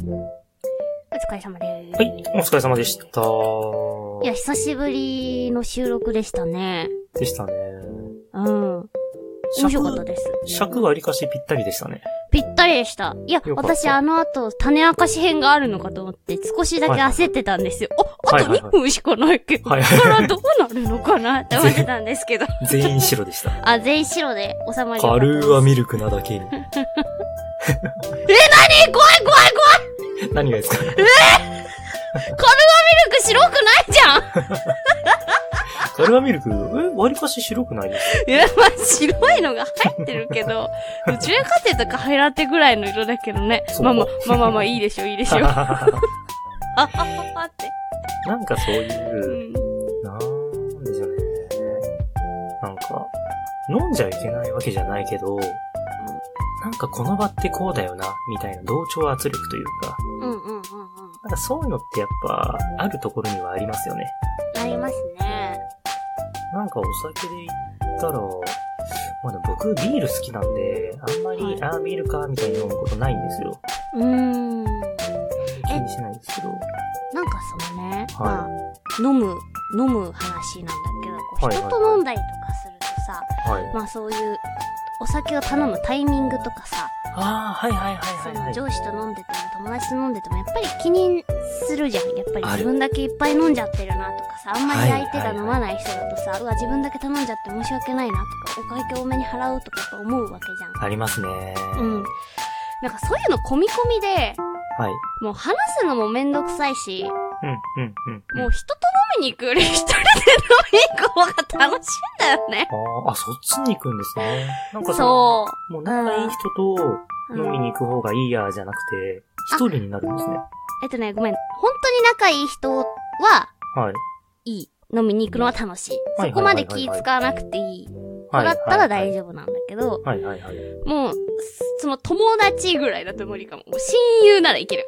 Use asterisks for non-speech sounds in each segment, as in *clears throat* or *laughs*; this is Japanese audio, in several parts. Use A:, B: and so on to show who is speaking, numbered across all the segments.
A: お疲れ様です。
B: はい、お疲れ様でした。
A: いや、久しぶりの収録でしたね。
B: でしたね。
A: うん。面白かったです。
B: 尺割りかしぴったりでしたね。
A: ぴったりでした。いや
B: よ、かった
A: 私あの後、種明かし編があるのかと思って、少しだけ焦ってたんですよ。お、あ
B: はい
A: と
B: はいは
A: 1
B: い
A: 分しかないけど、
B: はい *laughs*
A: これからどうなるのかなって思ってたんですけど。
B: 全員白
A: *laughs*
B: でした。
A: あ、全員白で収まりよか
B: カ
A: った
B: ル
A: です。
B: ーアミルクなだけ
A: え、
B: に。
A: 怖い怖い怖い
B: 何がですか *laughs*
A: カルガミルク白くないじゃん
B: カルーアミルク、え、割りかし白くないです
A: いや、まあ、白いのが入ってるけ
B: *laughs*
A: ど、宇宙火星とか入らってぐらいの色だけどね。
B: そう
A: まあまあ、まあまあまあ、いいでしょ、いいでしょ。あ
B: *laughs* な
A: ああって。
B: んかそういうう、
A: ん。
B: なんですよね。なんか、飲んじゃいけないわけじゃないけど、なんかこの場ってこうだよな、みたいな同調圧力というか、
A: うんうんうんうん。
B: なんかそういうのってやっぱ、あるところにはありますよね。
A: ありますね。
B: なんかお酒で言ったら、まだ僕ビール好きなんで、あんまり、
A: はい
B: あービールか、みたいに飲むことないんですよ。
A: うーん。
B: 気にしないんですけど。
A: なんかそのね、
B: はい
A: まあ、飲む、飲む話なんだけど、こう
B: はいはいはい
A: 人と飲んだりとかするとさ、
B: はい。
A: まあそういう、お酒を頼むタイミングとかさ、
B: ああ、はいはい
A: そ
B: はいはい、は
A: の
B: い。
A: 上司と飲んでても友達と飲んでてもやっぱり気にするじゃん。やっぱり
B: ある
A: 自分だけいっぱい飲んじゃってるなとかさ、あんまり
B: はい
A: 相手が飲まない人だとさ、うわ、自分だけ頼んじゃって申し訳ないなとか、お会計多めに払うとかやっぱ思うわけじゃ
B: ありますね。
A: ん。うん。なんかそういうの込み込みで、
B: はい。
A: もう話すのもめんどくさいし、
B: うん、うん、うん。
A: も
B: う
A: う人と飲みに行くより一人で飲みに行く方が楽しいんだよね。
B: ん、あーあ、そっちに行くんですね。なんか
A: そ
B: のもう仲いい人
A: う。
B: と
A: うん
B: 飲みに行く方がいいや、じゃなくて、一人になるんですね。
A: えっとね、ごめん。本当に仲いい人は、
B: はい。
A: いい。飲みに行くのは楽しい。
B: は
A: そ
B: い
A: こまで気使わなくていい。子
B: はい。
A: だったら大
B: 丈
A: 丈夫なんだけど、
B: 夫。はい、はい、はい。
A: もう、その友達ぐらいだと無理かも。親友ならいける。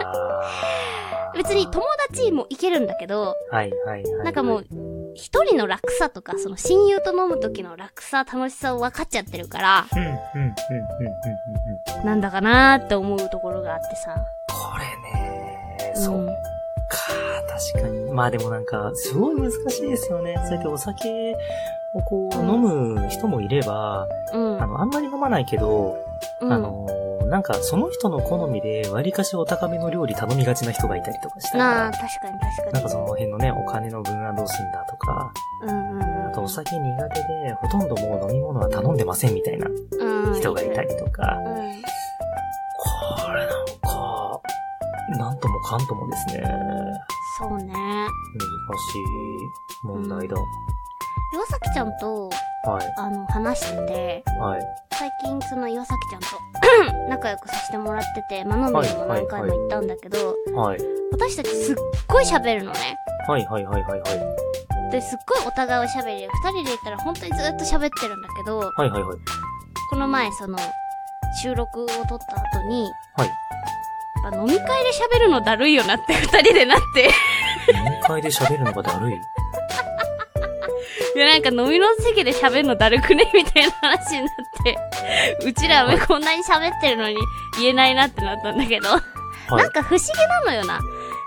B: あー
A: 別に友達もいけるんだけど、
B: はい、はい、はい。
A: なんかもう、一人の楽さとか、その親友と飲む時の楽さ、楽しさを分かっちゃってるから、
B: うん、うん、うん、うん、うん、うん、うん。
A: なんだかなーって思うところがあってさ。
B: これね、
A: う
B: そ
A: ん
B: っか、確かに。まあでもなんか、すごい難しいですよね。そうやってお酒をこう、
A: うん
B: 飲む人もいれば、
A: うん。
B: あの、あんまり飲まないけど、
A: うん。
B: あの、なんかその人の好みで割かしお高めの料理頼みがちな人がいたりとかした
A: な
B: ら
A: あ、、確かに確か
B: なん
A: に。
B: かその辺のね、お金の分はどうすんだとか、
A: うんうんうん。
B: あとお酒苦手で、ほとんどもう飲み物は頼んでませんみたいな
A: うん
B: 人がいたりとか、
A: うん。
B: これなんか、なんともかんともですね。
A: そうね。
B: 難しい問題だ。
A: 岩崎ちゃんと、
B: はい、
A: あの、話してて、
B: はい、
A: 最近その岩崎ちゃんと *clears throat* 仲良くさせてもらってて、まあ、飲みにも何回も行ったんだけど、
B: はい、
A: 私たちすっごい喋るのね。
B: はい、はい、はい、はい、はい、
A: で、すっごいお互いおしゃべりで、二人でいたら本当にずっと喋ってるんだけど、
B: はい、はい、はい、
A: この前その、収録を撮った後に、
B: はい。
A: やっぱ飲み会で喋るのだるいよなって二人でなって。 *laughs*
B: 飲み会で喋るのがだるい。
A: いや、なんか飲みの席で喋るのだるくねみたいな話になって。うちらはこんなに喋ってるのに言えないなってなったんだけど。
B: い
A: なんか不思議なのよな。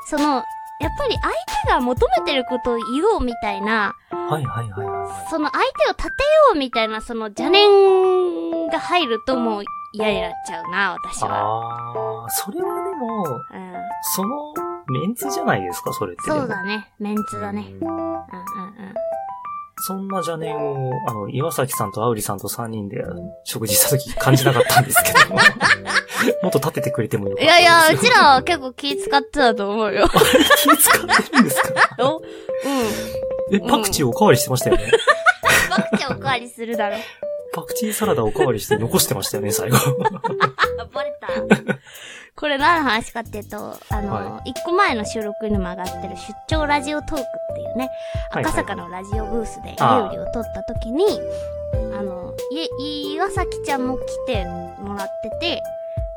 A: その、やっぱり相手が求めてることを言おうみたいな、
B: はい、はい、はい、は
A: その相手を立てようみたいな、その邪念が入るともう嫌になっちゃうな、私
B: い。
A: は。
B: あー、それはでも、
A: うん、
B: その、メンツじゃないですか、それって。
A: そうだね。メンツだね。
B: うん。
A: うんうんうん。
B: そんな邪念を、あの、岩崎さんとアウリさんと3人で食事した時感じなかったんですけど
A: *laughs*
B: もっと立ててくれてもよかっ
A: い
B: たんです
A: やい
B: よ。
A: や、うちらは結構気使ってたと思 *laughs* うよ。
B: 気使ってるんですか
A: おうん。
B: え、パクチーおかわりしてましたよね。
A: バクちゃんおかわりするだろ。
B: パクチーサラダおかわりして残してましたよね、最後。
A: あ、 *laughs* バレた。これ何の話かっていうと、あの、一個前の収録にも上がってる出張ラジオトークっていうね、
B: はいはいはい
A: 赤坂のラジオブースで家
B: ああ
A: 売りを撮った時に、あの、い、岩崎ちゃんも来てもらってて、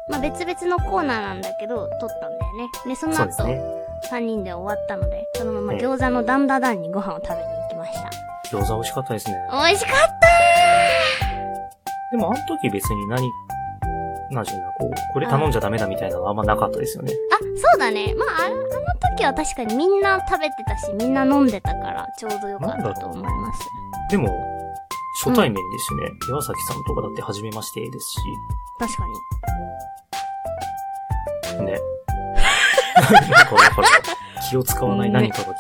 A: まあ、別々のコーナーなんだけど、撮ったんだよね。で、その
B: そうです
A: 後、
B: ね。
A: 3人で終わったので、そのまま
B: ええ
A: 餃子のダンダダンにご飯を食べに行きました。
B: 餃子美味しかったですね。
A: 美味しかった
B: でもあの時別に何、なんていうのこう、これ頼んじゃダメだみたいなのはあんまなかったですよね。
A: あ、そうだね。まあ、ああの時は確かにみんな食べてたし、みんな飲んでたから、ちょうどよかったと思います。
B: でも、初対面ですしね、岩崎さんとかだって初めましてですし、
A: 確かに。
B: ね。 *laughs* なんかだから、気を使わない何かがきっ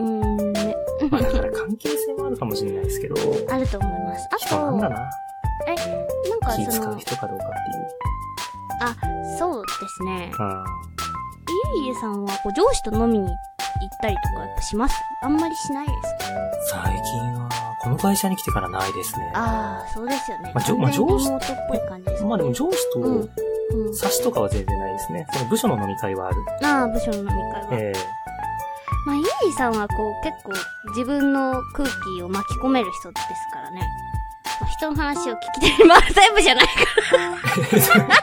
A: うーん、ね。
B: と、まあだから関係性もあるかもしれないですけど、
A: あると思います。あと、
B: 人なん
A: な
B: だ
A: んか
B: な。気
A: そ
B: 使う
A: の、
B: 人かどうかっていう。
A: そうですね。
B: うん。
A: いえいえさんは、こう、上司と飲みに行ったりとかやっぱしますあんまりしないですか
B: 最近は、この会社に来てからないですね。
A: ああ、そうですよね。
B: まあじょまあ上司
A: 完全にリモートっぽい感じですね。
B: まあでも上司
A: う
B: と
A: ん、うん。
B: 差しとかは全然ないですね。その部署の飲み会はある。
A: ああ、部署の飲み会は。
B: え
A: まあ、イーさんはこう、結構自分の空気を巻き込める人ですからね。まあ、人の話を聞き手に回るタイプじ *laughs* ゃないか。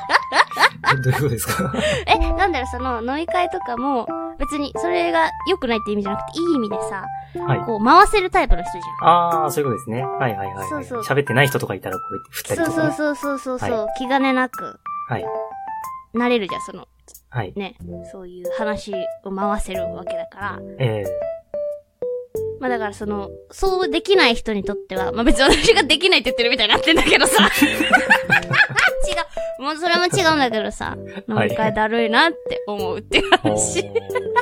B: *laughs* えどういうことですか
A: え、なんだろう、その飲み会とかも、別にそれが良くないって意味じゃなくて、いい意味でさ、
B: はい。
A: こう、回せるタイプの人じ
B: *laughs* ああ、そういうことですね。はいはいはいはい。
A: そうそう
B: 喋ってない人とかいたらこうやって振ったり
A: ゃん。
B: と
A: そ
B: か、
A: う
B: ね。
A: そうそうそうそうそう、
B: は
A: 気兼ねなく、
B: はい。
A: なれるじゃん、その、
B: はい。
A: ね、そういう話を回せるわけだから。
B: ええ
A: まあだからその、そうできない人にとっては、まあ別に私ができないって言ってるみたいになってんだけどさ。 *laughs* 違う。もうそれも違うんだけどさ。飲
B: はい
A: み会だるいなって思うっていう
B: あ
A: 話。
B: ー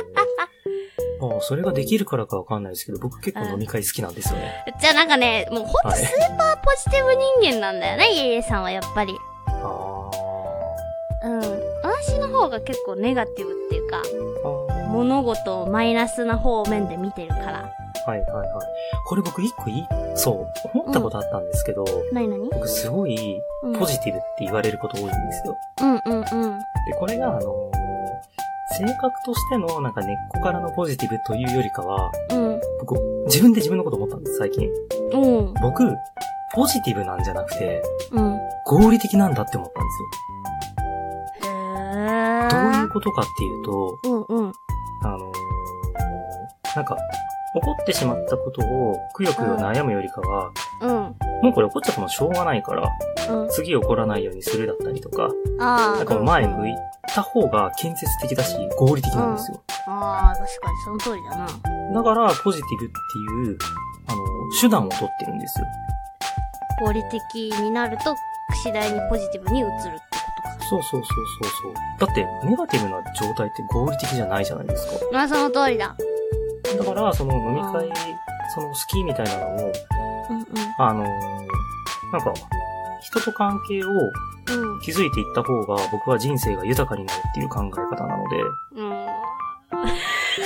B: *laughs* あー。それができるからかわかんないですけど、僕結構飲み会好きなんですよね。
A: じゃあなんかね、もうほんと
B: はい
A: スーパーポジティブ人間なんだよね、イエイエイさんはやっぱり。
B: ああ
A: うん。私の方が結構ネガティブっていうか、
B: ー。
A: 物事をマイナスな方面で見てるから。
B: はいはいはい。これ僕一個いいそう、思ったことあったんですけど、
A: なになに
B: 僕すごい
A: うん。
B: ポジティブって言われること多いんですよ。
A: うんうんうん。
B: で、これが、あのー性格としての、なんか根っこからのポジティブというよりかは、
A: うん。
B: 僕、自分で自分のこと思ったんです、最近。
A: うん。
B: 僕、ポジティブなんじゃなくて、
A: うん。
B: 合理的なんだって思ったんです
A: へー。
B: よ。どういうことかっていうと、
A: うんうん。
B: あのーなんか、怒ってしまったことを、くよくよ悩むよりかは、
A: うん。
B: もうこれ怒っちゃったのしょうがないから、
A: うん。
B: 次怒らないようにするだったりとか、
A: ああ。
B: なんか
A: うん
B: 前向いた方が建設的だし、合理的なんですよ。
A: ああ、確かにその通りだな。
B: だから、ポジティブっていう、あの、手段を取ってるんですよ。
A: 合理的になると、次第にポジティブに移るってことか。
B: そうそうそうそうそう。だって、ネガティブな状態って合理的じゃないじゃないですか。
A: まあ、その通りだ。
B: だから、その飲み
A: う
B: 会
A: ん、
B: その好きみたいなのも、
A: うんうん。
B: あのーなんか、人と関係を
A: うん。
B: 築いていった方が、僕は人生が豊かになるっていう考え方なので、
A: うん。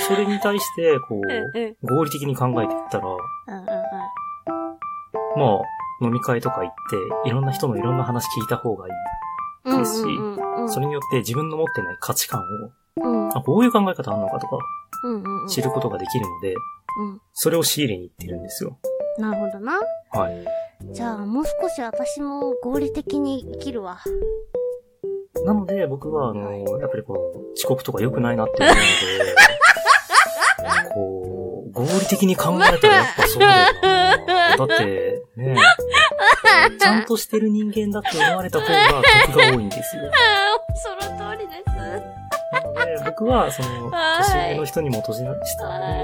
B: それに対して、
A: *laughs*
B: こ
A: うん
B: う、
A: うん。うん
B: 合理的に考えていったら、
A: うん
B: まあ、飲み会とか行って、いろんな人のいろんな話聞いた方がいい。
A: うん。
B: ですし
A: うんうんうん。
B: それによって自分の持ってない価値観を、
A: うん。
B: あ、こういう考え方あんのかとか、
A: うんうんうん。
B: 知ることができるので、
A: うん。
B: それを仕入れに行ってるんですよ。
A: なるほどな。
B: はい。
A: じゃあ、もう少し私も合理的に生きるわ。
B: なので、僕は、あの、やっぱりこう、遅刻とか良くないなって思うので、 *laughs* こう、合理的に考えたらやっぱそうだ
A: *laughs*
B: よな。だって、ね、ちゃんとしてる人間だって思われた方が得が多いんですよ。
A: その通りです。
B: なので、僕は、その、
A: はい
B: 年上の人にも年下に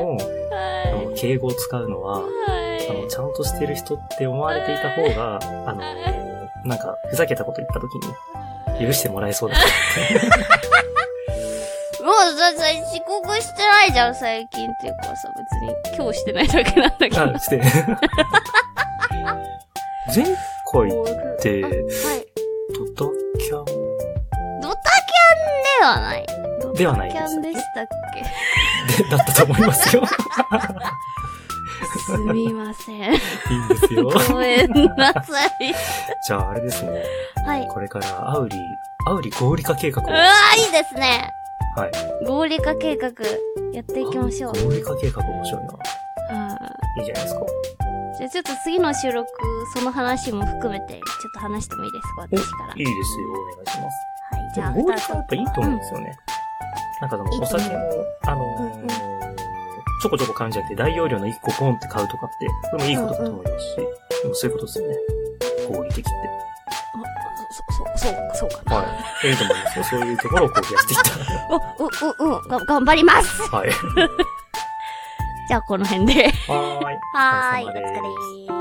B: も、あ
A: は
B: の敬語を使うのは、あの、ちゃんとしてる人って思われていた方が、あの、なんか、ふざけたこと言った時に、許してもらえそうだなって。
A: もうさ、さ、遅刻してないじゃん、最近っていうかさ、別に今日してないだけなんだけ *laughs* ど。
B: あ、して。前回って、
A: はい。
B: ドタキャン
A: ドタキャンではない。
B: ではない
A: ドタキ
B: で
A: ャ
B: す
A: ン。でしたっけ
B: でだったと思いま
A: *laughs*
B: すよ。
A: すみませ *laughs* ん。
B: いいんですよ。
A: ごめんなさい。
B: じゃあ、あれですね。
A: はい。
B: これから、アウリ、アウリ合理化計画を。
A: うわ
B: は
A: ー、いいですね。
B: い。
A: 合理化計画、やっていきましょう。
B: 合理化計画面白いな。
A: あ
B: いいじゃないですか。
A: ーじゃあちょっと次の収録、その話も含めて、ちょっと話してもいいですか、私から。
B: いいですよ。お願いします。
A: はい、
B: で
A: じゃ
B: も
A: あ、
B: 合理化やっぱいいと思うんで
A: ん
B: すよね。なんかそ
A: いい
B: の、
A: と思
B: お
A: う
B: 酒も、あのー
A: うんうん
B: ちょこちょこ買うんじゃなくて、大容量の1個ポンって買うとかって、これもいいことだと思いますし、でもそういうことですよね。合理的って。
A: そう、そうかな。
B: はい。いいと思いますよ。そういうところをこう増やしていったら。
A: お、お、お、お、が頑張ります *laughs*
B: はい。
A: じゃあこの辺で。
B: はーい。
A: はーい、お
B: お
A: 疲
B: 疲れ様
A: れ
B: です
A: ー。